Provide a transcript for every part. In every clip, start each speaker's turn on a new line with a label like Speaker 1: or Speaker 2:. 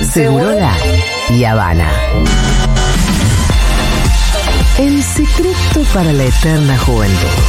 Speaker 1: Segurola y Habana. El secreto para la eterna juventud.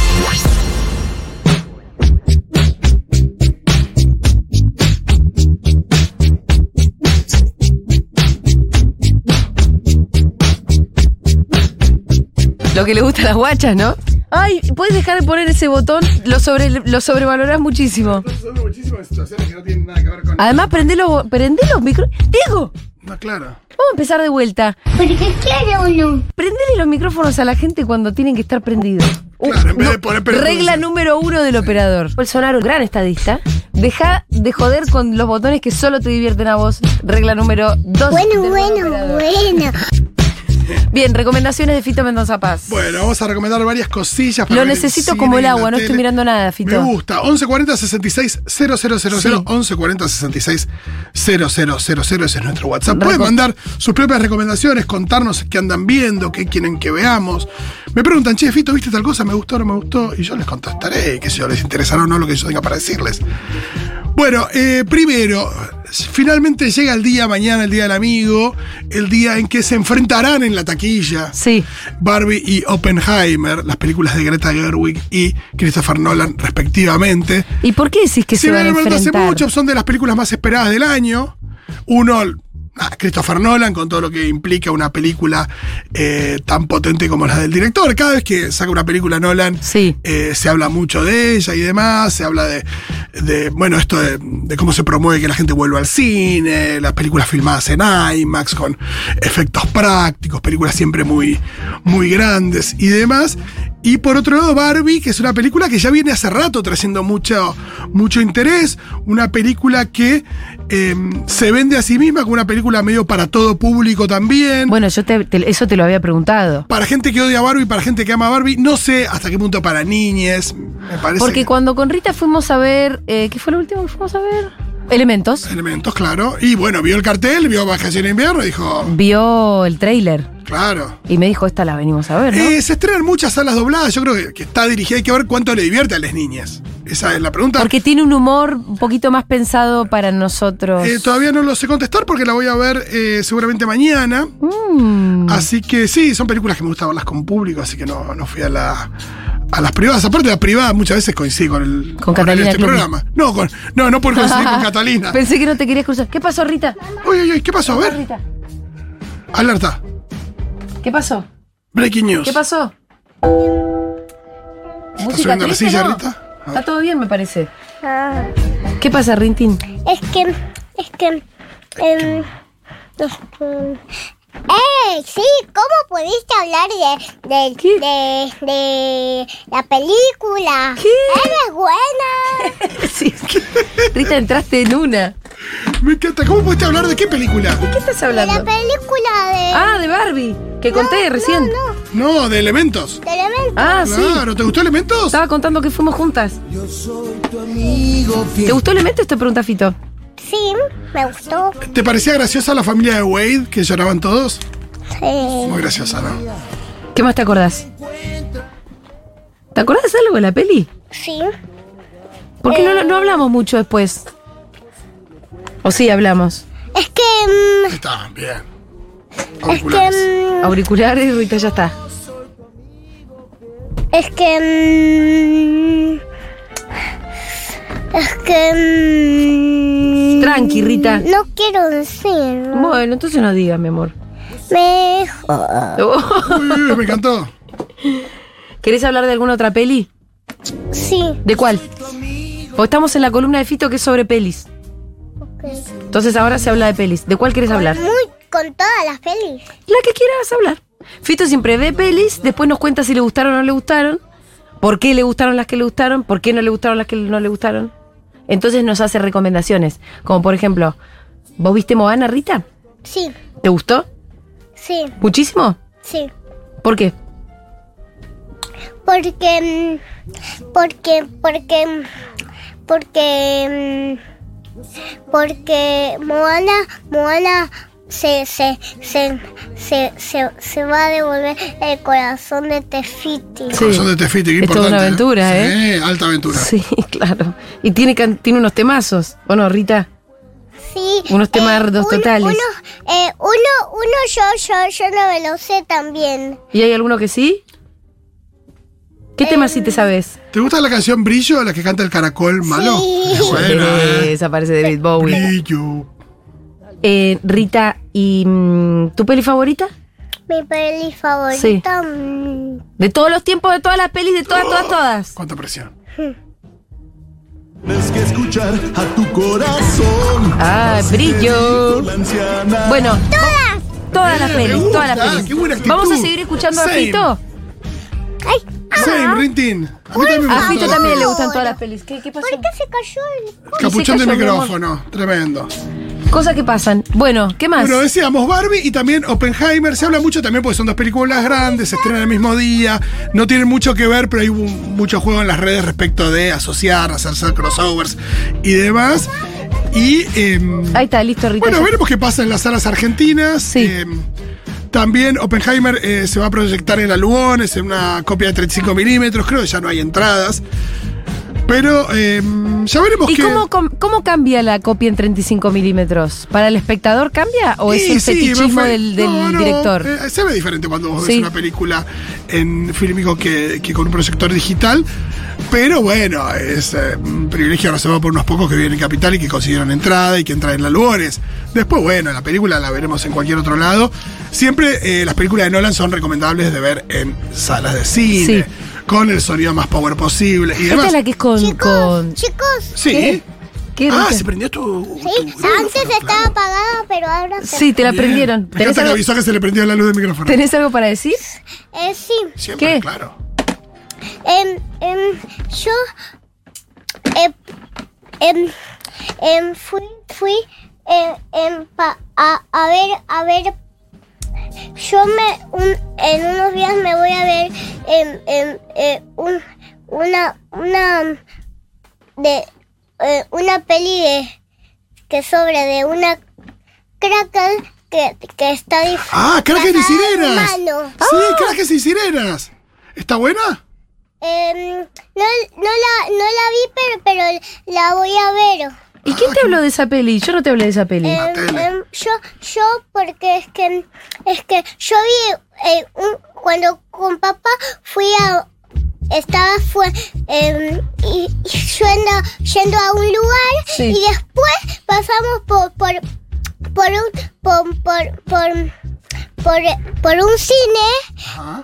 Speaker 2: Lo que le gusta a las guachas, ¿no? Ay, puedes dejar de poner ese botón, lo, sobre, lo sobrevalorás muchísimo.
Speaker 3: Estás usando muchísimas situaciones que no tienen nada que ver con.
Speaker 2: Además, prende los, bo- prende los micro... Diego,
Speaker 3: No, claro.
Speaker 2: vamos a empezar de vuelta.
Speaker 4: Porque quiero uno.
Speaker 2: Prendele los micrófonos a la gente cuando tienen que estar prendidos. Uh,
Speaker 3: Claro, en vez de poner pelotudos.
Speaker 2: regla número uno del operador. Bolsonaro, gran estadista. Deja de joder con los botones que solo te divierten a vos. Regla número dos.
Speaker 4: Bueno,
Speaker 2: del
Speaker 4: bueno,
Speaker 2: operador.
Speaker 4: bueno.
Speaker 2: Bien, recomendaciones de Fito Mendoza Paz.
Speaker 3: Bueno, vamos a recomendar varias cosillas.
Speaker 2: Lo
Speaker 3: ver en
Speaker 2: necesito
Speaker 3: cine
Speaker 2: como el
Speaker 3: y en la
Speaker 2: agua, no
Speaker 3: tele.
Speaker 2: estoy mirando nada, Fito.
Speaker 3: Me gusta. 1140 66 000 1140 66 000 ese es nuestro WhatsApp. Pueden
Speaker 2: Reco-
Speaker 3: mandar sus propias recomendaciones, contarnos qué andan viendo, qué quieren que veamos. Me preguntan, che, Fito, ¿viste tal cosa? ¿Me gustó o no me gustó? Y yo les contestaré, que si les interesará o no lo que yo tenga para decirles. Bueno, eh, primero, finalmente llega el día mañana, el día del amigo, el día en que se enfrentarán en la taquilla.
Speaker 2: Sí.
Speaker 3: Barbie y Oppenheimer, las películas de Greta Gerwig y Christopher Nolan respectivamente.
Speaker 2: ¿Y por qué decís que se,
Speaker 3: Se
Speaker 2: van a
Speaker 3: vienen hace
Speaker 2: enfrentar?
Speaker 3: mucho, son de las películas más esperadas del año. Uno, ah, Christopher Nolan, con todo lo que implica una película eh, tan potente como la del director. Cada vez que saca una película Nolan,
Speaker 2: Sí.
Speaker 3: eh, se habla mucho de ella y demás, se habla de, de, bueno, esto de, de cómo se promueve que la gente vuelva al cine, las películas filmadas en IMAX con efectos prácticos, películas siempre muy, muy grandes y demás. Y por otro lado, Barbie, que es una película que ya viene hace rato trayendo mucho, mucho interés, una película que eh, se vende a sí misma como una película medio para todo público también
Speaker 2: Bueno, yo te- te- eso te lo había preguntado.
Speaker 3: para gente que odia a Barbie, para gente que ama a Barbie, no sé hasta qué punto para niñes, me parece.
Speaker 2: Porque
Speaker 3: que-
Speaker 2: cuando con Rita fuimos a ver. eh, ¿Qué fue lo último que fuimos a ver? Elementos.
Speaker 3: Elementos, claro. Y bueno, vio el cartel, vio Vacaciones de Invierno y dijo,
Speaker 2: Vio el tráiler
Speaker 3: claro.
Speaker 2: y me dijo, esta la venimos a ver, ¿no?
Speaker 3: Eh, se estrenan muchas salas dobladas, yo creo que, que está dirigida, hay que ver cuánto le divierte a las niñas. Esa es la pregunta.
Speaker 2: Porque tiene un humor un poquito más pensado para nosotros.
Speaker 3: Eh, todavía no lo sé contestar porque la voy a ver eh, seguramente mañana.
Speaker 2: Mm.
Speaker 3: Así que sí, son películas que me gusta verlas con público, así que no, no fui a la. A las privadas, aparte la privada muchas veces coincide con el,
Speaker 2: Con Catalina
Speaker 3: este
Speaker 2: Cluny.
Speaker 3: programa. No, con, no, no por coincidir con Catalina.
Speaker 2: Pensé que no te querías cruzar. ¿Qué pasó, Rita?
Speaker 3: Uy, uy, uy, ¿qué pasó? A ver,
Speaker 2: Rita,
Speaker 3: alerta.
Speaker 2: ¿qué pasó?
Speaker 3: Breaking news.
Speaker 2: ¿Qué pasó?
Speaker 3: ¿Estás subiendo la
Speaker 2: triste,
Speaker 3: silla,
Speaker 2: no?
Speaker 3: Rita? A ver.
Speaker 2: Está todo bien, me parece.
Speaker 4: Ah,
Speaker 2: ¿Qué pasa, Rintin?
Speaker 4: es que, es que, em, es que- ¡Eh! Sí, ¿cómo pudiste hablar de, de,
Speaker 2: ¿Qué?
Speaker 4: de, de la película?
Speaker 2: ¿Qué?
Speaker 4: ¡Eres buena!
Speaker 2: Sí, es que- Rita, entraste en una.
Speaker 3: Me encanta. ¿Cómo pudiste hablar de qué película?
Speaker 2: ¿Qué estás
Speaker 4: De la
Speaker 2: hablando?
Speaker 4: película de...
Speaker 2: Ah, de Barbie, que conté recién.
Speaker 4: No,
Speaker 3: No, de Elementos.
Speaker 4: de Elementos.
Speaker 2: Ah, sí.
Speaker 3: Claro, ¿te gustó Elementos?
Speaker 2: Estaba contando que fuimos juntas. ¿Te gustó el elemento esta pregunta, Fito?
Speaker 4: Sí, me gustó.
Speaker 3: ¿Te parecía graciosa la familia de Wade que lloraban todos?
Speaker 4: Sí.
Speaker 3: Muy graciosa, ¿no?
Speaker 2: ¿Qué más te acordás? ¿Te acordás de algo de la peli?
Speaker 4: Sí.
Speaker 2: Porque no, no hablamos mucho después. ¿O sí hablamos?
Speaker 4: Es que... em,
Speaker 3: Estaban bien.
Speaker 4: es que...
Speaker 3: Auriculares.
Speaker 4: em,
Speaker 2: Auriculares, Rita, ya está.
Speaker 4: Es que. mm, Es que. mm,
Speaker 2: Tranqui, Rita.
Speaker 4: No quiero decir.
Speaker 2: Bueno, entonces no digas, mi amor.
Speaker 4: Mejor.
Speaker 3: Uy, uy, uy, me encantó.
Speaker 2: ¿Querés hablar de alguna otra peli?
Speaker 4: Sí.
Speaker 2: ¿De cuál? O estamos en la columna de Fito que es sobre pelis.
Speaker 4: ok.
Speaker 2: Entonces ahora se habla de pelis. ¿De cuál querés hablar?
Speaker 4: Muy con todas las pelis.
Speaker 2: La que quieras hablar. Fito siempre ve pelis, después nos cuenta si le gustaron o no le gustaron, por qué le gustaron las que le gustaron, por qué no le gustaron las que no le gustaron. Entonces nos hace recomendaciones, como por ejemplo, ¿vos viste Moana, Rita?
Speaker 4: Sí,
Speaker 2: ¿Te gustó?
Speaker 4: sí,
Speaker 2: ¿Muchísimo?
Speaker 4: sí.
Speaker 2: ¿Por qué?
Speaker 4: Porque. mm, Porque. Porque. mm, Porque. mm, Porque Moana. Moana. Se, se, se, se, se, se va a devolver el corazón de Tefiti.
Speaker 2: Sí.
Speaker 3: Corazón de Tefiti, qué
Speaker 2: Es toda
Speaker 3: importante. ¿eh?
Speaker 2: una aventura, ¿eh?
Speaker 3: Sí, alta aventura.
Speaker 2: Sí, claro. Y tiene, can- tiene unos temazos, ¿o no, Rita?
Speaker 4: sí. eh,
Speaker 2: Unos temas dos
Speaker 4: uno-
Speaker 2: totales.
Speaker 4: Uno, eh, uno, uno yo, yo, yo no me lo sé también.
Speaker 2: ¿Y hay alguno que sí? ¿Qué tema sí te sabes?
Speaker 3: ¿Te gusta la canción Brillo, la que canta el caracol malo?
Speaker 4: Sí.
Speaker 3: Es buena, ¿eh?
Speaker 2: Esa parece David Bowie.
Speaker 3: Brillo.
Speaker 2: Eh, Rita, ¿y mm, tu peli favorita?
Speaker 4: Mi peli favorita. mm,
Speaker 2: De todos los tiempos, de todas las pelis, de todas, todas, todas.
Speaker 3: Cuánta presión.
Speaker 5: Tienes que escuchar a tu corazón.
Speaker 2: Ah,
Speaker 5: Así te
Speaker 2: brillo.
Speaker 5: dijo la anciana.
Speaker 2: Bueno, todas las
Speaker 3: Eh, me
Speaker 2: pelis, todas las
Speaker 3: gusta,
Speaker 2: pelis.
Speaker 3: qué buena actitud.
Speaker 2: Vamos a seguir escuchando a
Speaker 3: Same.
Speaker 2: Fito.
Speaker 4: Ay, ah,
Speaker 3: Same, Rintin. A mí también me
Speaker 2: A
Speaker 3: gusta.
Speaker 2: Fito
Speaker 4: favor.
Speaker 2: Ah, también le gustan todas las pelis. ¿Qué, qué pasó?
Speaker 4: ¿por qué se cayó el.?
Speaker 3: Capuchón
Speaker 2: Se cayó,
Speaker 3: de
Speaker 2: mi amor.
Speaker 3: micrófono, tremendo.
Speaker 2: Cosas que pasan. Bueno, ¿qué más?
Speaker 3: Bueno, eh, decíamos Barbie y también Oppenheimer. Se habla mucho también porque son dos películas grandes, se estrenan el mismo día, no tienen mucho que ver, pero hay un- mucho juego en las redes respecto de asociar, hacer crossovers y demás. Y. em,
Speaker 2: Ahí está, listo, Rita.
Speaker 3: Bueno, veremos qué pasa en las salas argentinas.
Speaker 2: Sí.
Speaker 3: Eh, también Oppenheimer eh, se va a proyectar en la Lugones, en una copia de 35 milímetros. Creo que ya no hay entradas. Pero eh, ya veremos
Speaker 2: ¿Y
Speaker 3: qué.
Speaker 2: cómo, com- cómo cambia la copia en 35 milímetros? ¿Para el espectador cambia o es
Speaker 3: Sí,
Speaker 2: un
Speaker 3: sí,
Speaker 2: fetichismo
Speaker 3: Manfred-
Speaker 2: del, del
Speaker 3: No, no,
Speaker 2: director?
Speaker 3: eh, se ve diferente cuando vos ves
Speaker 2: Sí.
Speaker 3: una película en fílmico que, que con un proyector digital. Pero bueno, es eh, un privilegio reservado por unos pocos que viven en Capital y que consiguieron entrada y que entran en la Lugones. Después, bueno, la película la veremos en cualquier otro lado. Siempre eh, las películas de Nolan son recomendables de ver en salas de cine,
Speaker 2: Sí.
Speaker 3: con el sonido más power posible y
Speaker 2: Esta
Speaker 3: demás.
Speaker 2: es la que es con...
Speaker 4: Chicos,
Speaker 2: con-
Speaker 4: chicos.
Speaker 3: Sí.
Speaker 2: ¿Qué? ¿Qué
Speaker 3: Ah,
Speaker 2: Rita?
Speaker 3: se prendió tu.
Speaker 4: Sí, antes estaba apagada, pero ahora se.
Speaker 2: Sí, te la prendieron.
Speaker 3: Me
Speaker 2: ¿Tenés
Speaker 3: encanta que
Speaker 2: algo,
Speaker 3: avisó que se le prendió la luz del micrófono.
Speaker 2: tenés algo para decir?
Speaker 4: Eh, sí.
Speaker 3: Siempre,
Speaker 2: ¿Qué?
Speaker 3: claro.
Speaker 4: Em, em, yo em, em, em, fui, fui em, em, pa- a, a ver, a ver. Yo me un- en unos días me voy a ver em, em, eh, un- una una de eh, una peli de que sobre de una crackle que, que está disfrazada
Speaker 3: Ah, Crackers y
Speaker 4: de
Speaker 3: Sirenas.
Speaker 4: humano.
Speaker 3: Sí,
Speaker 2: Oh.
Speaker 3: Crackers y Sirenas. ¿Está buena?
Speaker 4: Em, no, no, la, no la vi, pero, pero la voy a ver.
Speaker 2: ¿Y quién te habló de esa peli? Yo no te hablé de esa peli.
Speaker 4: Em,
Speaker 3: tele.
Speaker 4: em, yo, yo, porque es que, es que yo vi, eh, un- cuando con papá fui a, estaba fue, em, y, y yendo, yendo a un lugar
Speaker 2: Sí.
Speaker 4: y después pasamos por, por, por un, por, por, por, por, por un cine.
Speaker 3: Ajá.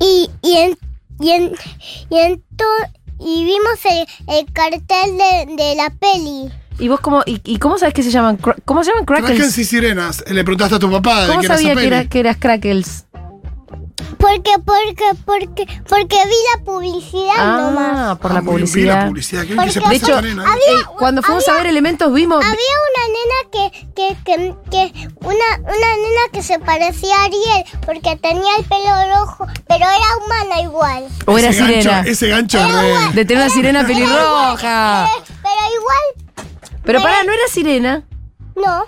Speaker 4: Y, y, en, y, en- y ento- y vimos el, el cartel de, de la peli.
Speaker 2: ¿Y vos cómo, y, y cómo sabes que se llaman? cra- ¿Cómo se llaman
Speaker 3: Crackers
Speaker 2: crackles?
Speaker 3: y Sirenas. Eh, Le preguntaste a tu papá de
Speaker 2: ¿Cómo
Speaker 3: qué era
Speaker 2: sabía
Speaker 3: esa
Speaker 2: que,
Speaker 3: peli.
Speaker 2: era, que eras crackles?
Speaker 4: Porque, porque, porque, porque vi la publicidad nomás.
Speaker 2: Ah, por
Speaker 3: Ah,
Speaker 2: la
Speaker 3: muy bien, vi
Speaker 2: publicidad.
Speaker 3: la publicidad. ¿Qué, qué se
Speaker 4: Porque
Speaker 2: De
Speaker 3: pasa,
Speaker 2: hecho,
Speaker 3: nena?
Speaker 2: eh, cuando fuimos a ver elementos vimos...
Speaker 4: Había una nena que, que, que, que- una, una nena que se parecía a Ariel porque tenía el pelo rojo, pero era humana igual. Eh,
Speaker 2: o era
Speaker 3: ese gancho-
Speaker 2: sirena.
Speaker 3: Ese gancho re-
Speaker 2: De tener una sirena
Speaker 4: Era igual,
Speaker 2: pelirroja.
Speaker 4: eh, pero igual,
Speaker 2: Pero pará, no era sirena.
Speaker 4: no,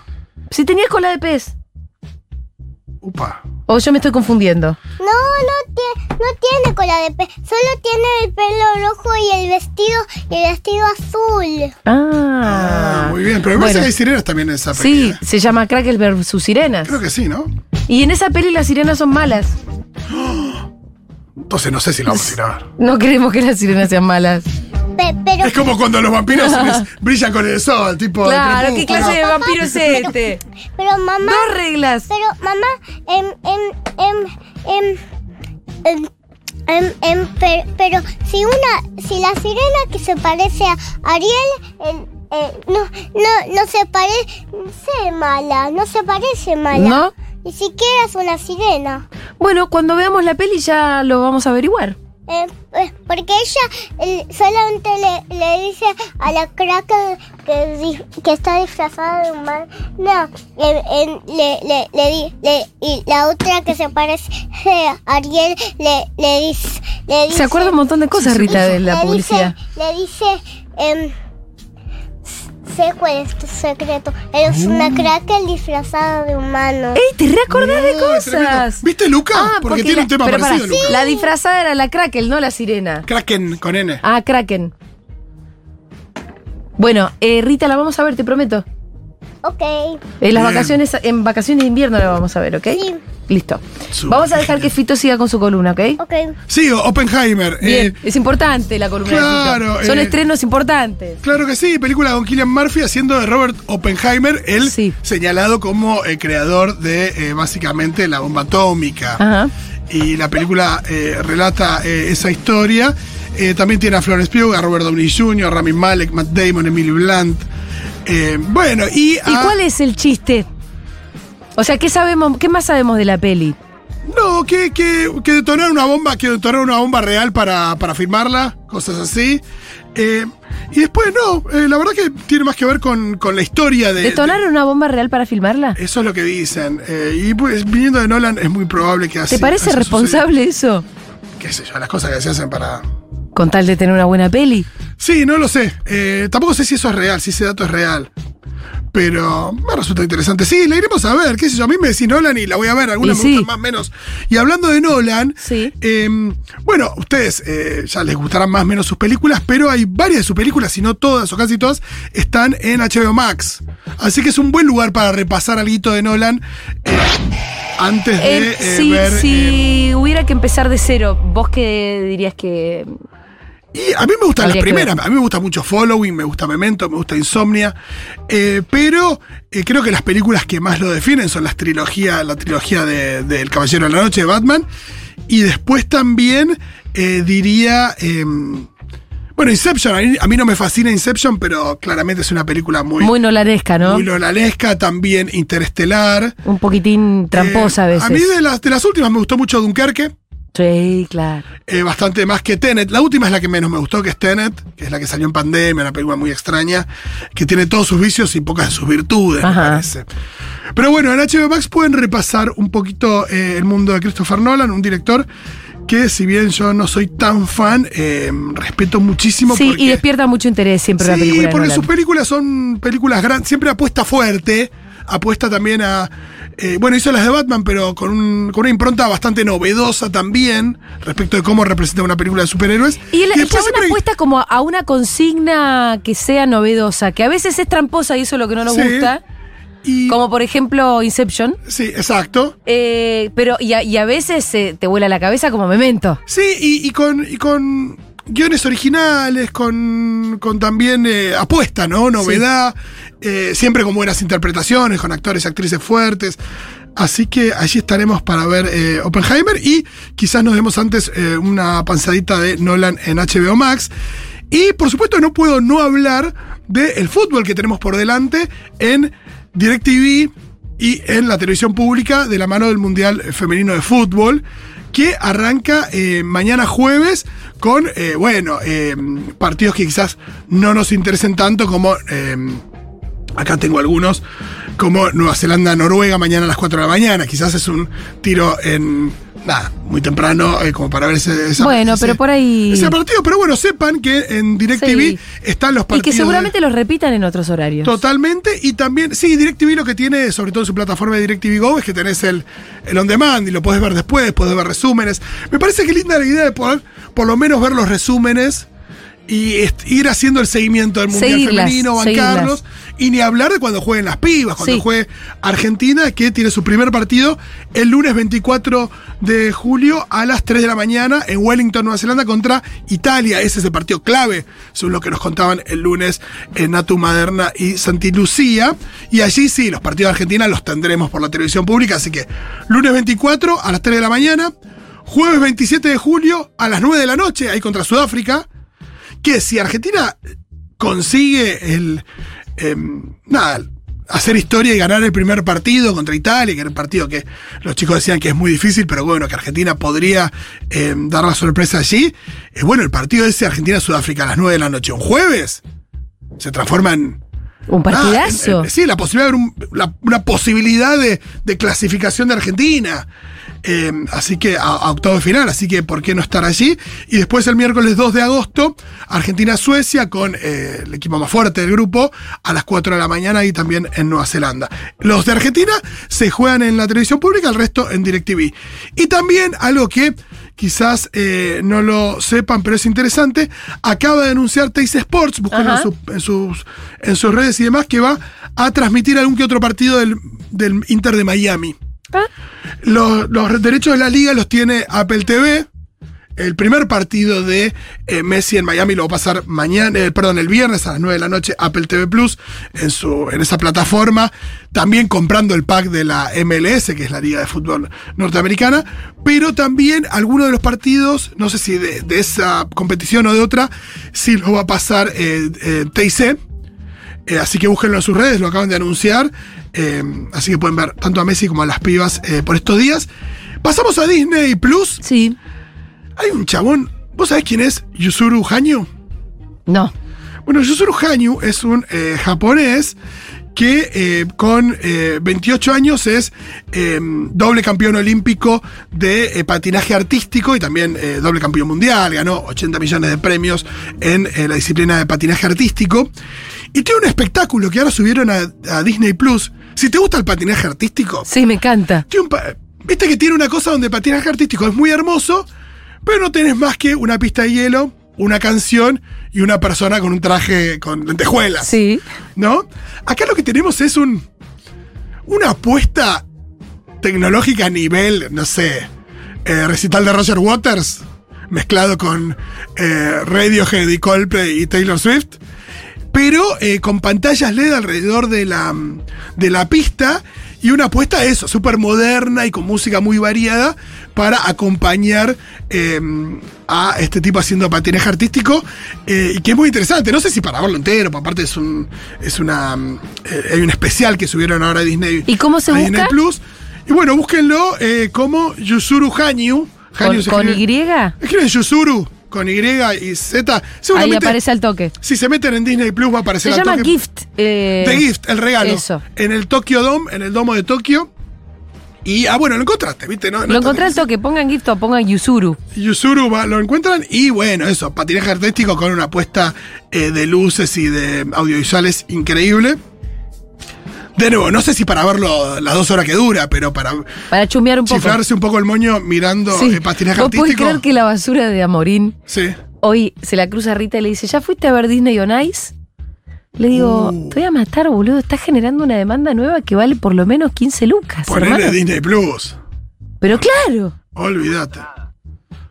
Speaker 2: Si tenías cola de pez.
Speaker 3: Upa.
Speaker 2: O yo me estoy confundiendo.
Speaker 4: no, no, tie- no tiene cola de pez, solo tiene el pelo rojo y el vestido, y el vestido azul.
Speaker 2: Ah.
Speaker 3: Ah, muy bien. Pero me parece
Speaker 2: Bueno.
Speaker 3: que hay sirenas también en esa
Speaker 2: Sí,
Speaker 3: peli. ¿eh?
Speaker 2: se llama Crackles versus sirenas.
Speaker 3: Creo que sí, ¿no?
Speaker 2: Y en esa peli las sirenas son malas.
Speaker 3: Entonces no sé si la vamos a ir a ver.
Speaker 2: No queremos que las sirenas sean malas.
Speaker 4: Pe- pero
Speaker 3: Es como cuando los vampiros se les brillan con el sol, tipo.
Speaker 2: Claro,
Speaker 3: el
Speaker 2: ¿qué
Speaker 3: crepúsculo.
Speaker 2: clase de vampiro es este?
Speaker 4: Pero mamá,
Speaker 2: Dos reglas.
Speaker 4: pero mamá, em, em, em, em, em, em, em, per- pero si una, si la sirena que se parece a Ariel, em, eh, no, no, no se parece mala, no se parece mala.
Speaker 2: ¿No?
Speaker 4: Ni siquiera es una sirena.
Speaker 2: Bueno, cuando veamos la peli ya lo vamos a averiguar.
Speaker 4: Eh, eh, porque ella eh, solamente le, le dice a la cracker que, di- que está disfrazada de humana, eh, eh, le, le, le di- le- y la otra que se parece a Ariel le, le dice... Le dice
Speaker 2: Se acuerda un montón de cosas, Rita, de la
Speaker 4: le
Speaker 2: publicidad.
Speaker 4: Dice, le dice... em, Sé cuál es tu secreto. Eres una cracker disfrazada de humano.
Speaker 2: ¡Ey, te reacordás de
Speaker 3: Uy, tremendo.
Speaker 2: cosas!
Speaker 3: ¿Viste Luca?
Speaker 2: Ah,
Speaker 3: porque, tiene
Speaker 2: la-
Speaker 3: un tema
Speaker 2: pero pará,
Speaker 3: parecido, Luca.
Speaker 2: La disfrazada era la Crackle, no la sirena.
Speaker 3: Kraken con N.
Speaker 2: Ah, Kraken. Bueno, eh, Rita, la vamos a ver, te prometo.
Speaker 4: Ok.
Speaker 2: En las
Speaker 3: Bien.
Speaker 2: vacaciones, en vacaciones de invierno la vamos a ver, ¿ok?
Speaker 4: Sí.
Speaker 2: Listo.
Speaker 3: Súper Eh,
Speaker 2: Vamos a dejar que Fito siga con su columna, ¿ok?
Speaker 4: Ok.
Speaker 3: Sí, Oppenheimer.
Speaker 2: Bien,
Speaker 3: eh,
Speaker 2: es importante la columna. de
Speaker 3: claro,
Speaker 2: Fito. Son
Speaker 3: eh,
Speaker 2: estrenos importantes.
Speaker 3: Claro que sí, película con Killian Murphy haciendo de Robert Oppenheimer, el
Speaker 2: Sí.
Speaker 3: señalado como eh, creador de eh, básicamente la bomba atómica.
Speaker 2: Ajá.
Speaker 3: Y la película eh, relata eh, esa historia. Eh, también tiene a Florence Pugh, a Robert Downey Jr., a Rami Malek, Matt Damon, Emily Blunt. Eh, bueno, y,
Speaker 2: ¿Y
Speaker 3: a-
Speaker 2: cuál es el chiste? O sea, ¿qué sabemos, qué más sabemos de la peli?
Speaker 3: No, que, que, que detonar una bomba, que detonar una bomba real para, para firmarla, cosas así. Eh, y después no, eh, la verdad que tiene más que ver con, con la historia de...
Speaker 2: ¿Detonaron una bomba real para filmarla?
Speaker 3: Eso es lo que dicen. eh, y pues, viniendo de Nolan es muy probable que así.
Speaker 2: ¿Te parece
Speaker 3: así
Speaker 2: responsable eso?
Speaker 3: suceda. Qué sé yo, las cosas que se hacen para.
Speaker 2: Con tal de tener una buena peli.
Speaker 3: Sí, no lo sé. eh, tampoco sé si eso es real, si ese dato es real. Pero me resulta interesante. Sí, la iremos a ver, qué sé yo. A mí me decís Nolan y la voy a ver. Algunas
Speaker 2: Y
Speaker 3: me
Speaker 2: sí.
Speaker 3: gustan más, menos. Y hablando de Nolan,
Speaker 2: Sí.
Speaker 3: eh, bueno, ustedes eh, ya les gustarán más o menos sus películas, pero hay varias de sus películas, si no todas o casi todas, están en HBO Max. Así que es un buen lugar para repasar algo de Nolan eh, antes de
Speaker 2: Eh,
Speaker 3: eh,
Speaker 2: si
Speaker 3: ver. eh,
Speaker 2: si hubiera que empezar de cero, ¿vos qué dirías que
Speaker 3: Y a mí me
Speaker 2: Habría
Speaker 3: gustan las
Speaker 2: que
Speaker 3: primeras, a mí me gusta mucho Following, me gusta Memento, me gusta Insomnia, eh, pero eh, creo que las películas que más lo definen son las trilogías, la trilogía de, de El Caballero de la Noche de Batman, y después también eh, diría, eh, bueno, Inception, a mí, a mí no me fascina Inception, pero claramente es una película muy,
Speaker 2: muy nolaresca, no?
Speaker 3: muy nolanesca, también interestelar.
Speaker 2: Un poquitín tramposa
Speaker 3: Eh,
Speaker 2: a veces.
Speaker 3: A mí de las, de las últimas me gustó mucho Dunkerque.
Speaker 2: Sí, claro.
Speaker 3: Eh, bastante más que Tenet. La última es la que menos me gustó, que es Tenet, que es la que salió en pandemia, una película muy extraña, que tiene todos sus vicios y pocas de sus virtudes, me
Speaker 2: Ajá.
Speaker 3: parece. Pero bueno, en HBO Max pueden repasar un poquito eh, el mundo de Christopher Nolan, un director que, si bien yo no soy tan fan, eh, respeto muchísimo
Speaker 2: Sí, y
Speaker 3: porque-
Speaker 2: despierta mucho interés siempre la
Speaker 3: Sí,
Speaker 2: película. de
Speaker 3: porque
Speaker 2: Nolan.
Speaker 3: sus películas son películas grandes, siempre apuesta fuerte, apuesta también a... eh, bueno, hizo las de Batman, pero con, un- con una impronta bastante novedosa también respecto de cómo representa una película de superhéroes.
Speaker 2: Y el, el
Speaker 3: después
Speaker 2: chabón
Speaker 3: siempre-
Speaker 2: apuesta como a una consigna que sea novedosa, que a veces es tramposa y eso es lo que no nos
Speaker 3: Sí.
Speaker 2: gusta,
Speaker 3: y-
Speaker 2: como por ejemplo Inception,
Speaker 3: Sí, exacto.
Speaker 2: eh, pero y a, y a veces eh, te vuela la cabeza como Memento.
Speaker 3: Sí, y, y con, y con guiones originales, con, con también eh, apuesta, ¿no? Novedad, eh, siempre con buenas interpretaciones, con actores y actrices fuertes. Así que allí estaremos para ver eh, Oppenheimer y quizás nos demos antes eh, una panzadita de Nolan en HBO Max. Y por supuesto no puedo no hablar del fútbol que tenemos por delante en DirecTV y en la televisión pública de la mano del Mundial Femenino de Fútbol que arranca eh, mañana jueves con, eh, bueno, eh, partidos que quizás no nos interesen tanto como... eh, Acá tengo algunos, como Nueva Zelanda, Noruega, mañana a las 4 de la mañana. Quizás es un tiro en. Nada, muy temprano, eh, como para ver ese. esa-
Speaker 2: Bueno,
Speaker 3: ese-
Speaker 2: pero por ahí-
Speaker 3: Ese partido, pero bueno, sepan que en DirecTV
Speaker 2: Sí.
Speaker 3: están los
Speaker 2: Y
Speaker 3: partidos.
Speaker 2: que
Speaker 3: de-
Speaker 2: seguramente los repitan en otros horarios.
Speaker 3: Totalmente, y también, sí, DirecTV lo que tiene, sobre todo en su plataforma de DirecTV Go, es que tenés el, el on demand y lo podés ver después, podés ver resúmenes. Me parece que linda la idea de poder, por lo menos, ver los resúmenes y est- ir haciendo el seguimiento del Mundial
Speaker 2: Seguirlas,
Speaker 3: Femenino, bancarlos, y ni hablar de cuando jueguen las pibas, cuando
Speaker 2: Sí.
Speaker 3: juegue Argentina, que tiene su primer partido el lunes 24 de julio a las 3 de la mañana en Wellington, Nueva Zelanda, contra Italia. Ese es el partido clave, según lo que nos contaban el lunes en Natu Maderna y Santi Lucía. Y allí sí, los partidos de Argentina los tendremos por la televisión pública, así que lunes 24 a las 3 de la mañana. Jueves 27 de julio a las 9 de la noche, ahí contra Sudáfrica que si Argentina consigue el em, nada hacer historia y ganar el primer partido contra Italia, que era un partido que los chicos decían que es muy difícil, pero bueno, que Argentina podría em, dar la sorpresa allí. Eh, bueno, el partido ese Argentina-Sudáfrica a las 9 de la noche, un jueves, se transforma en...
Speaker 2: Un
Speaker 3: nada, en-
Speaker 2: partidazo.
Speaker 3: Ah, en- sí, la posibilidad de un- la- una posibilidad de, de clasificación de Argentina. Em, así que a, a octavo de final, así que ¿por qué no estar allí? Y después el miércoles 2 de agosto, Argentina-Suecia con eh, el equipo más fuerte del grupo a las 4 de la mañana y también en Nueva Zelanda. Los de Argentina se juegan en la televisión pública, el resto en DirecTV. Y también algo que quizás eh, no lo sepan, pero es interesante, acaba de anunciar Teis Sports, buscando
Speaker 2: Ajá.
Speaker 3: en, sus- en sus, en sus redes y demás, que va a transmitir algún que otro partido del, del Inter de Miami.
Speaker 2: Ah.
Speaker 3: Los, los derechos de la liga los tiene Apple TV. El primer partido de eh, Messi en Miami lo va a pasar mañana, eh, perdón, el viernes a las 9 de la noche, Apple TV Plus, en, su, en esa plataforma. También comprando el pack de la MLS, que es la Liga de Fútbol Norteamericana. Pero también algunos de los partidos, no sé si de, de esa competición o de otra, sí lo va a pasar eh, eh, TIC. Eh, así que búsquenlo en sus redes, lo acaban de anunciar. Eh, así que pueden ver tanto a Messi como a las pibas eh, por estos días. Pasamos a Disney Plus.
Speaker 2: Sí.
Speaker 3: Hay un chabón. ¿Vos sabés quién es Yusuru Hanyu?
Speaker 2: No.
Speaker 3: Bueno, Yusuru Hanyu es un eh, japonés que eh, con eh, 28 años es eh, doble campeón olímpico de eh, patinaje artístico y también eh, doble campeón mundial. Ganó 80 millones de premios en eh, la disciplina de patinaje artístico. Y tiene un espectáculo que ahora subieron a, a Disney Plus. Si te gusta el patinaje artístico,
Speaker 2: Sí, me encanta.
Speaker 3: tiene un pa- Viste que tiene una cosa donde patinaje artístico es muy hermoso, pero no tenés más que una pista de hielo, una canción y una persona con un traje con lentejuelas.
Speaker 2: Sí.
Speaker 3: ¿No? Acá lo que tenemos es un. una apuesta tecnológica a nivel, no sé, eh, recital de Roger Waters, mezclado con eh, Radiohead y Coldplay y Taylor Swift pero eh, con pantallas LED alrededor de la, mm, de la pista y una apuesta a eso, súper moderna y con música muy variada para acompañar eh, a este tipo haciendo patinaje artístico eh, y que es muy interesante, no sé si para verlo entero, porque aparte es un, es una, mm, eh, hay un especial que subieron ahora a Disney.
Speaker 2: ¿Y cómo se
Speaker 3: a
Speaker 2: busca?
Speaker 3: Disney Plus. Y bueno, búsquenlo eh, como Yusuru Hanyu.
Speaker 2: ¿Con,
Speaker 3: Hanyu se
Speaker 2: con
Speaker 3: escribe-
Speaker 2: Y? Ahí
Speaker 3: Escriben Yusuru con Y y Z. Seguramente-
Speaker 2: aparece al toque.
Speaker 3: si se meten en Disney Plus va a
Speaker 2: Se
Speaker 3: aparecer al
Speaker 2: llama
Speaker 3: toque.
Speaker 2: Gift. eh,
Speaker 3: The Gift, el regalo.
Speaker 2: Eso.
Speaker 3: En el Tokyo Dome, en el domo de Tokio. Y, ah, bueno, lo encontraste, ¿viste? No, no
Speaker 2: Lo
Speaker 3: está-
Speaker 2: encontré al toque. Pongan Gift o pongan Yusuru.
Speaker 3: Yuzuru va- lo encuentran. Y bueno, eso, patinaje artístico con una apuesta eh, de luces y de audiovisuales increíble. De nuevo, no sé si para verlo las dos horas que dura, pero para
Speaker 2: Para chusmear un poco.
Speaker 3: chiflarse un poco el moño mirando
Speaker 2: Sí.
Speaker 3: eh, patinaje
Speaker 2: ¿Vos podés
Speaker 3: artístico.
Speaker 2: creer que la basura de Amorín
Speaker 3: Sí.
Speaker 2: hoy se la cruza Rita y le dice, ¿ya fuiste a ver Disney on Ice? Le digo,
Speaker 3: Uh.
Speaker 2: te voy a matar, boludo. Estás generando una demanda nueva que vale por lo menos 15 lucas.
Speaker 3: Ponerle
Speaker 2: hermano".
Speaker 3: Disney Plus.
Speaker 2: Pero claro.
Speaker 3: Olvídate.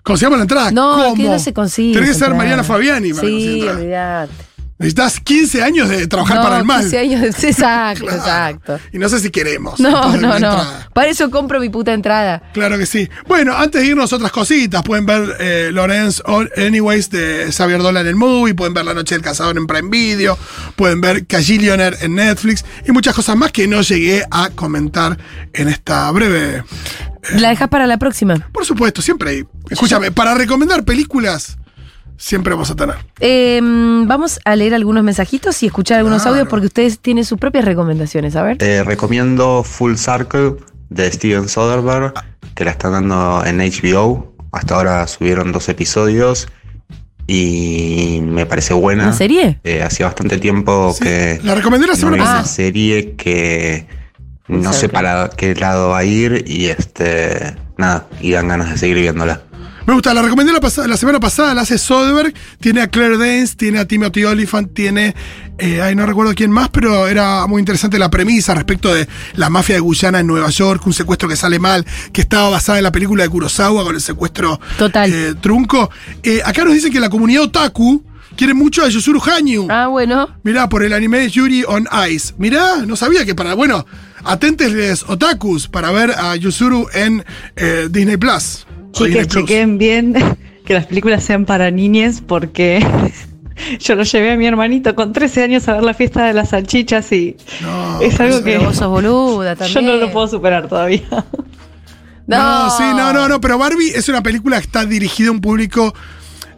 Speaker 3: Consigamos la entrada.
Speaker 2: No,
Speaker 3: Ah, ¿Cómo?
Speaker 2: que no se consigue.
Speaker 3: Tenés que ser
Speaker 2: comprar.
Speaker 3: Mariana Fabiani para conseguir
Speaker 2: Sí,
Speaker 3: entrada.
Speaker 2: olvidate.
Speaker 3: Necesitas 15 años de trabajar
Speaker 2: No,
Speaker 3: para el mal.
Speaker 2: 15 años de- Exacto,
Speaker 3: Claro.
Speaker 2: exacto.
Speaker 3: Y no sé si queremos.
Speaker 2: No,
Speaker 3: Entonces,
Speaker 2: no,
Speaker 3: una
Speaker 2: no.
Speaker 3: entrada.
Speaker 2: Para eso compro mi puta entrada.
Speaker 3: Claro que sí. Bueno, antes de irnos otras cositas, pueden ver eh, Lorenz All Anyways de Xavier Dolan en el movie, pueden ver La Noche del Cazador en Prime Video, pueden ver Cagillionaire en Netflix y muchas cosas más que no llegué a comentar en esta breve.
Speaker 2: La dejas para la próxima.
Speaker 3: Por supuesto, siempre hay. Escúchame, para recomendar películas, siempre vamos a tener.
Speaker 2: Eh, vamos a leer algunos mensajitos y escuchar algunos
Speaker 3: Claro.
Speaker 2: audios porque ustedes tienen sus propias recomendaciones. A ver.
Speaker 6: Te recomiendo Full Circle de Steven Soderbergh,
Speaker 3: Ah.
Speaker 6: que la están dando en HBO. Hasta ahora subieron dos episodios y me parece buena.
Speaker 2: ¿Una serie?
Speaker 6: Eh, hacía bastante tiempo
Speaker 3: Sí,
Speaker 6: que
Speaker 3: la recomendé la
Speaker 6: no
Speaker 3: semana
Speaker 6: veía
Speaker 3: pasada.
Speaker 6: una serie que no
Speaker 2: Circle.
Speaker 6: sé para qué lado va a ir y este nada, y dan ganas de seguir viéndola.
Speaker 3: Me gusta, la recomendé la, pasa- la semana pasada, la hace Soderbergh, tiene a Claire Danes, tiene a Timothy Oliphant, tiene, eh, ay, no recuerdo quién más, pero era muy interesante la premisa respecto de la mafia de Guyana en Nueva York, un secuestro que sale mal, que estaba basada en la película de Kurosawa con el secuestro
Speaker 2: Total.
Speaker 3: eh, trunco. Eh, acá nos dicen que la comunidad otaku quiere mucho a Yusuru Hanyu.
Speaker 2: Ah, bueno.
Speaker 3: Mirá, por el anime Yuri on Ice. Mirá, no sabía que para, bueno, atentesles otakus para ver a Yusuru en eh, Disney Plus. o Disney
Speaker 7: Chicas,
Speaker 3: Plus.
Speaker 7: chequen bien que las películas sean para niñes porque yo lo llevé a mi hermanito con 13 años a ver la fiesta de las salchichas y
Speaker 3: No,
Speaker 7: es algo que
Speaker 2: Pero vos sos boluda también.
Speaker 7: yo no lo puedo superar todavía.
Speaker 3: No, sí, no, no, no, pero Barbie es una película que está dirigida a un público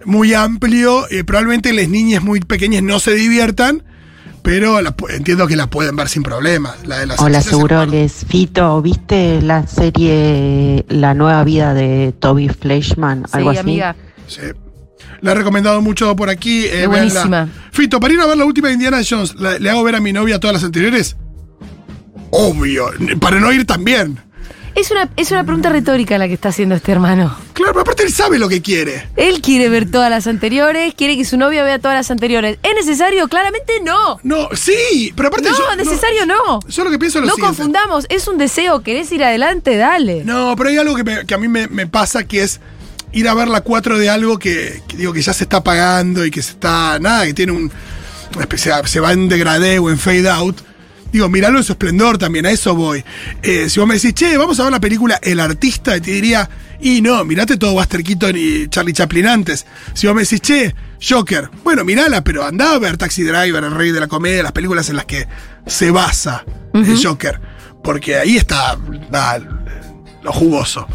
Speaker 3: muy amplio. eh, probablemente las niñas muy pequeñas no se diviertan, pero la pu- entiendo que la pueden ver sin problemas. La de las
Speaker 8: Hola,
Speaker 3: salchichas,
Speaker 8: Seguroles. Fito, ¿viste la serie La nueva vida de Toby Fleischman?
Speaker 2: Sí,
Speaker 8: Algo así.
Speaker 2: amiga.
Speaker 3: Sí. La he recomendado mucho por aquí. eh,
Speaker 2: Es
Speaker 3: véanla.
Speaker 2: buenísima.
Speaker 3: Fito, para ir a ver la última de Indiana Jones, ¿la- ¿le hago ver a mi novia todas las anteriores? Obvio, para no ir también.
Speaker 2: Es una, es una pregunta retórica la que está haciendo este hermano.
Speaker 3: Claro, pero aparte él sabe lo que quiere.
Speaker 2: Él quiere ver todas las anteriores, quiere que su novia vea todas las anteriores. ¿Es necesario? Claramente no.
Speaker 3: No, sí, pero aparte
Speaker 2: No,
Speaker 3: yo.
Speaker 2: necesario no.
Speaker 3: Yo lo que pienso es lo
Speaker 2: No
Speaker 3: siguiente.
Speaker 2: confundamos, es un deseo, querés ir adelante, dale.
Speaker 3: No, pero hay algo que, me- que a mí me, me pasa que es ir a ver la 4 de algo que, que digo que ya se está apagando y que se está. nada, que tiene un. una especie- se va en degradé o en fade out. Digo, miralo en su esplendor también, a eso voy. Eh, si vos me decís, che, vamos a ver la película El Artista, y te diría, y no, mirate todo Buster Keaton y Charlie Chaplin antes. Si vos me decís, che, Joker, bueno, mirala, pero andá a ver Taxi Driver, El Rey de la Comedia, las películas en las que se basa el Joker. Porque ahí está nada, lo jugoso.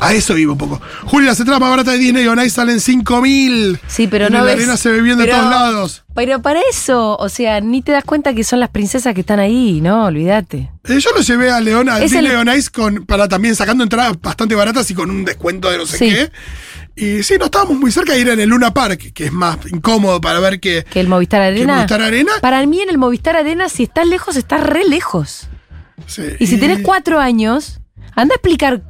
Speaker 3: A eso vivo un poco. Julia, se trama barata de Disney On Ice salen 5000.
Speaker 2: Sí, pero
Speaker 3: En
Speaker 2: no
Speaker 3: la
Speaker 2: ves-
Speaker 3: arena se ve bien de
Speaker 2: pero-
Speaker 3: todos lados.
Speaker 2: Pero para eso, o sea, ni te das cuenta que son las princesas que están ahí, no, olvídate.
Speaker 3: Eh, yo lo llevé a León a
Speaker 2: Es
Speaker 3: Disney
Speaker 2: el-
Speaker 3: On Ice con, para también sacando entradas bastante baratas y con un descuento de no sé
Speaker 2: Sí.
Speaker 3: qué. Y sí, no estábamos muy cerca de ir en el Luna Park, que es más incómodo para ver que,
Speaker 2: Que el Movistar
Speaker 3: que
Speaker 2: Arena.
Speaker 3: Movistar Arena.
Speaker 2: Para mí en el Movistar Arena, si estás lejos, estás re lejos.
Speaker 3: Sí,
Speaker 2: Y si tenés cuatro años, anda a explicar.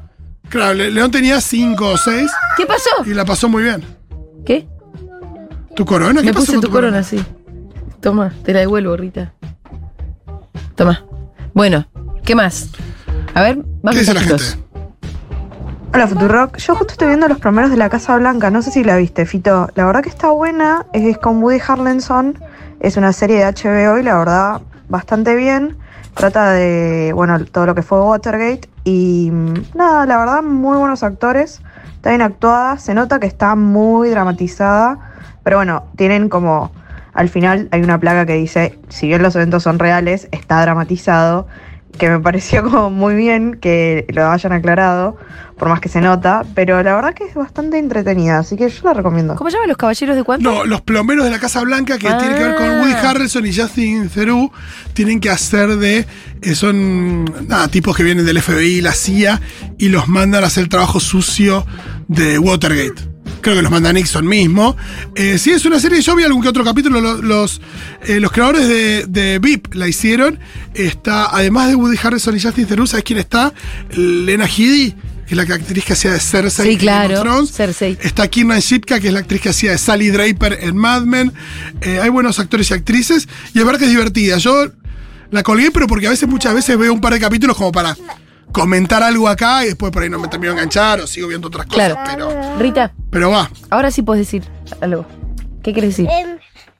Speaker 3: Claro, Le- León tenía cinco o seis
Speaker 2: ¿Qué pasó?
Speaker 3: y la pasó muy bien.
Speaker 2: ¿Qué?
Speaker 3: ¿Tu corona? ¿Qué
Speaker 2: Me
Speaker 3: pasó
Speaker 2: puse
Speaker 3: con
Speaker 2: tu corona, sí. Toma, te la devuelvo, Rita. Toma. Bueno, ¿qué más? A ver, más
Speaker 3: ¿Qué dice la
Speaker 2: mensajitos.
Speaker 3: gente?
Speaker 9: Hola Futurock, yo justo estoy viendo los primeros de la Casa Blanca, no sé si la viste, Fito. La verdad que está buena, es con Woody Harlenson, es una serie de HBO y la verdad bastante bien. Trata de, bueno, todo lo que fue Watergate y mm, nada, la verdad muy buenos actores, está bien actuada, se nota que está muy dramatizada, pero bueno, tienen como, al final hay una placa que dice, si bien los eventos son reales, está dramatizado, que me pareció como muy bien que lo hayan aclarado por más que se nota, pero la verdad que es bastante entretenida, así que yo la recomiendo.
Speaker 2: ¿Cómo llaman los caballeros de cuánto?
Speaker 3: No, los plomeros de la Casa Blanca que
Speaker 2: Ah.
Speaker 3: tiene que ver con Woody Harrelson y Justin Theroux tienen que hacer de eh, son nada, tipos que vienen del FBI, la CIA y los mandan a hacer el trabajo sucio de Watergate. Creo que los manda Nixon mismo. Eh, sí, es una serie, yo vi algún que otro capítulo, lo- los, eh, los creadores de, de VIP la hicieron. Está, además de Woody Harrelson y Justin Theroux, ¿sabes quién está? Lena Headey, que es la que actriz que hacía de Cersei
Speaker 2: Sí,
Speaker 3: en Game of
Speaker 2: claro.
Speaker 3: Thrones.
Speaker 2: Cersei.
Speaker 3: Está Kiernan Shipka, que es la actriz que hacía de Sally Draper en Mad Men. Eh, hay buenos actores y actrices. Y es verdad que es divertida. Yo la colgué, pero porque a veces, muchas veces veo un par de capítulos como para comentar algo acá y después por ahí no me termino de enganchar o sigo viendo otras cosas.
Speaker 2: Claro.
Speaker 3: Pero,
Speaker 2: Rita,
Speaker 3: pero va.
Speaker 2: ahora sí puedes decir algo. ¿Qué quieres decir?
Speaker 4: Em,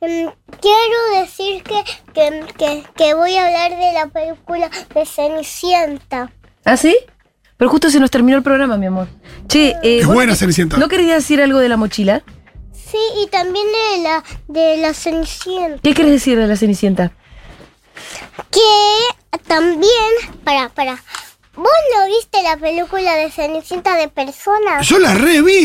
Speaker 4: em, quiero decir que, que, que- que voy a hablar de la película de Cenicienta.
Speaker 2: ¿Ah, sí? Pero justo se nos terminó el programa, mi amor. Che, eh,
Speaker 3: Es
Speaker 2: vos
Speaker 3: buena
Speaker 2: no-
Speaker 3: Cenicienta.
Speaker 2: ¿No querías decir algo de la mochila?
Speaker 4: Sí, y también de la, de la Cenicienta.
Speaker 2: ¿Qué querés decir de la Cenicienta?
Speaker 4: Que también, para, para. ¿Vos no viste la película de Cenicienta de persona? Ah,
Speaker 3: Yo la reví,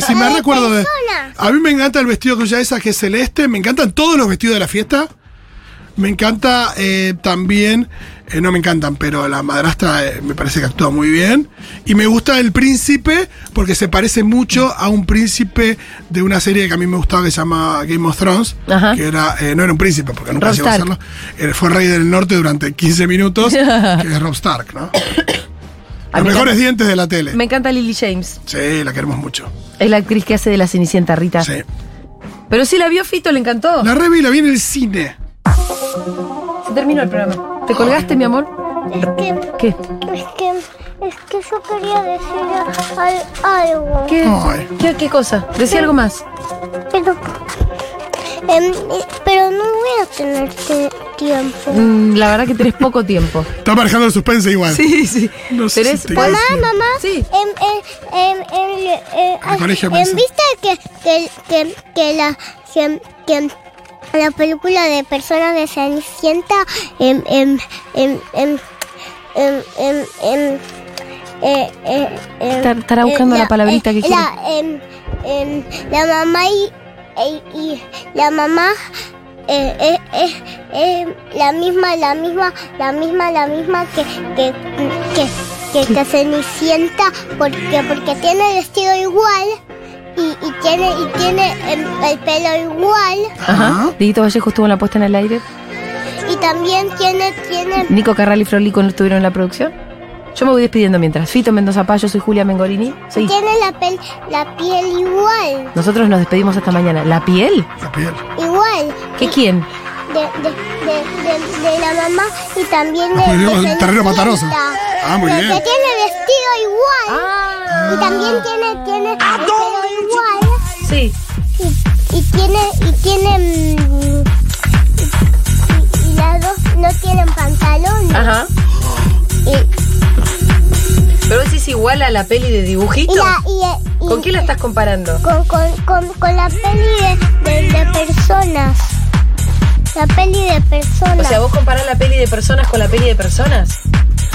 Speaker 3: si me
Speaker 4: Ay,
Speaker 3: recuerdo de.
Speaker 4: personas.
Speaker 3: A mí me encanta el vestido que usa esa, que es celeste. Me encantan todos los vestidos de la fiesta. Me encanta eh, también. eh, no me encantan, pero la madrastra eh, me parece que actúa muy bien. Y me gusta el príncipe porque se parece mucho a un príncipe de una serie que a mí me gustaba que se llama Game of Thrones.
Speaker 2: Ajá.
Speaker 3: Que era, eh, no era un príncipe porque nunca
Speaker 2: Robb
Speaker 3: llegó a
Speaker 2: Stark.
Speaker 3: serlo. Eh, fue rey del norte durante 15 minutos, que es Rob Stark, ¿no?
Speaker 2: A
Speaker 3: Los
Speaker 2: mí
Speaker 3: mejores
Speaker 2: tam-
Speaker 3: dientes de la tele.
Speaker 2: Me encanta Lily James.
Speaker 3: Sí, la queremos mucho.
Speaker 2: Es la actriz que hace de la Cenicienta, Rita.
Speaker 3: Sí.
Speaker 2: Pero sí la vio Fito, le encantó.
Speaker 3: La revi la vi en el cine.
Speaker 2: Se terminó el programa. ¿Te colgaste, mi amor?
Speaker 4: Es que,
Speaker 2: ¿Qué?
Speaker 4: es que, es que yo quería decir al- algo.
Speaker 2: ¿Qué,
Speaker 3: Ay.
Speaker 2: ¿Qué, qué cosa? Decí algo más.
Speaker 4: Pero, em, eh, pero no voy a tener te- tiempo.
Speaker 2: Mm, la verdad que tenés poco tiempo.
Speaker 3: Está manejando el suspense igual.
Speaker 2: Sí, sí.
Speaker 3: No sé
Speaker 2: Tenés-
Speaker 3: si te-
Speaker 2: ¿Puedes-
Speaker 4: Mamá, mamá.
Speaker 2: Sí.
Speaker 4: Em, em, em, em, le- eh,
Speaker 3: Al colegio, pues. parece.
Speaker 4: em, ¿Viste que, que, que, que la, que, que la película de personas de Cenicienta em, em, em, em, em, em, em, eh, eh, em,
Speaker 2: Estar- estará buscando la palabrita que
Speaker 4: la, em, em, la mamá y, eh, y la mamá eh, eh, eh, eh, la misma, la misma, la misma, la misma que que que, que, que Cenicienta porque porque tiene el vestido igual y, y tiene y tiene em, el pelo igual
Speaker 2: Ajá.
Speaker 3: Ajá.
Speaker 2: Dieguito Vallejo estuvo en la puesta en el aire.
Speaker 4: y también tiene tiene
Speaker 2: Nico Carral y Frolico no estuvieron en la producción. Yo me voy despidiendo mientras. Fito Mendoza Paz, yo soy Julia Mengolini. Soy-
Speaker 4: Tiene la, pel- la piel igual,
Speaker 2: Nosotros nos despedimos hasta mañana. ¿La piel?
Speaker 3: La piel.
Speaker 4: igual.
Speaker 2: ¿Qué quién?
Speaker 4: De, de, de, de- de la mamá y también de.
Speaker 3: Nos
Speaker 4: de
Speaker 3: ponemos en terreno
Speaker 4: Cenicienta.
Speaker 3: Matarosa. Ah, muy
Speaker 4: Porque
Speaker 3: bien.
Speaker 4: tiene vestido igual. Y también tiene. tiene el pelo igual.
Speaker 2: Sí.
Speaker 4: Y, y tiene. Y tiene. mm, y- y- y las dos no tienen pantalones.
Speaker 2: Ajá.
Speaker 4: Y,
Speaker 2: Pero vos es igual a la peli de
Speaker 4: y
Speaker 2: dibujito.
Speaker 4: la- y- y-
Speaker 2: ¿Con quién la estás comparando?
Speaker 4: con, con, con, con la peli de, de- de personas. La peli de
Speaker 2: O
Speaker 4: personas.
Speaker 2: sea, vos comparás la peli de personas con la peli de personas.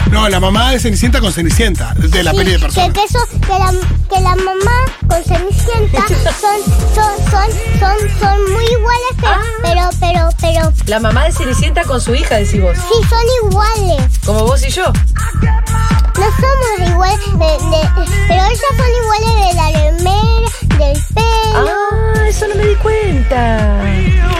Speaker 3: No, la mamá de Cenicienta con Cenicienta, de la
Speaker 4: Sí,
Speaker 3: peli de
Speaker 4: Que,
Speaker 3: personas.
Speaker 4: que eso, que la, que la mamá con Cenicienta son, son, son, son, son muy iguales, pero, pero, pero, pero,
Speaker 2: La mamá de Cenicienta con su hija, decís vos.
Speaker 4: sí son iguales.
Speaker 2: Como vos y yo.
Speaker 4: No somos iguales, de- de- pero ellas son iguales de la remera, del pelo.
Speaker 2: Ah, eso no me di cuenta.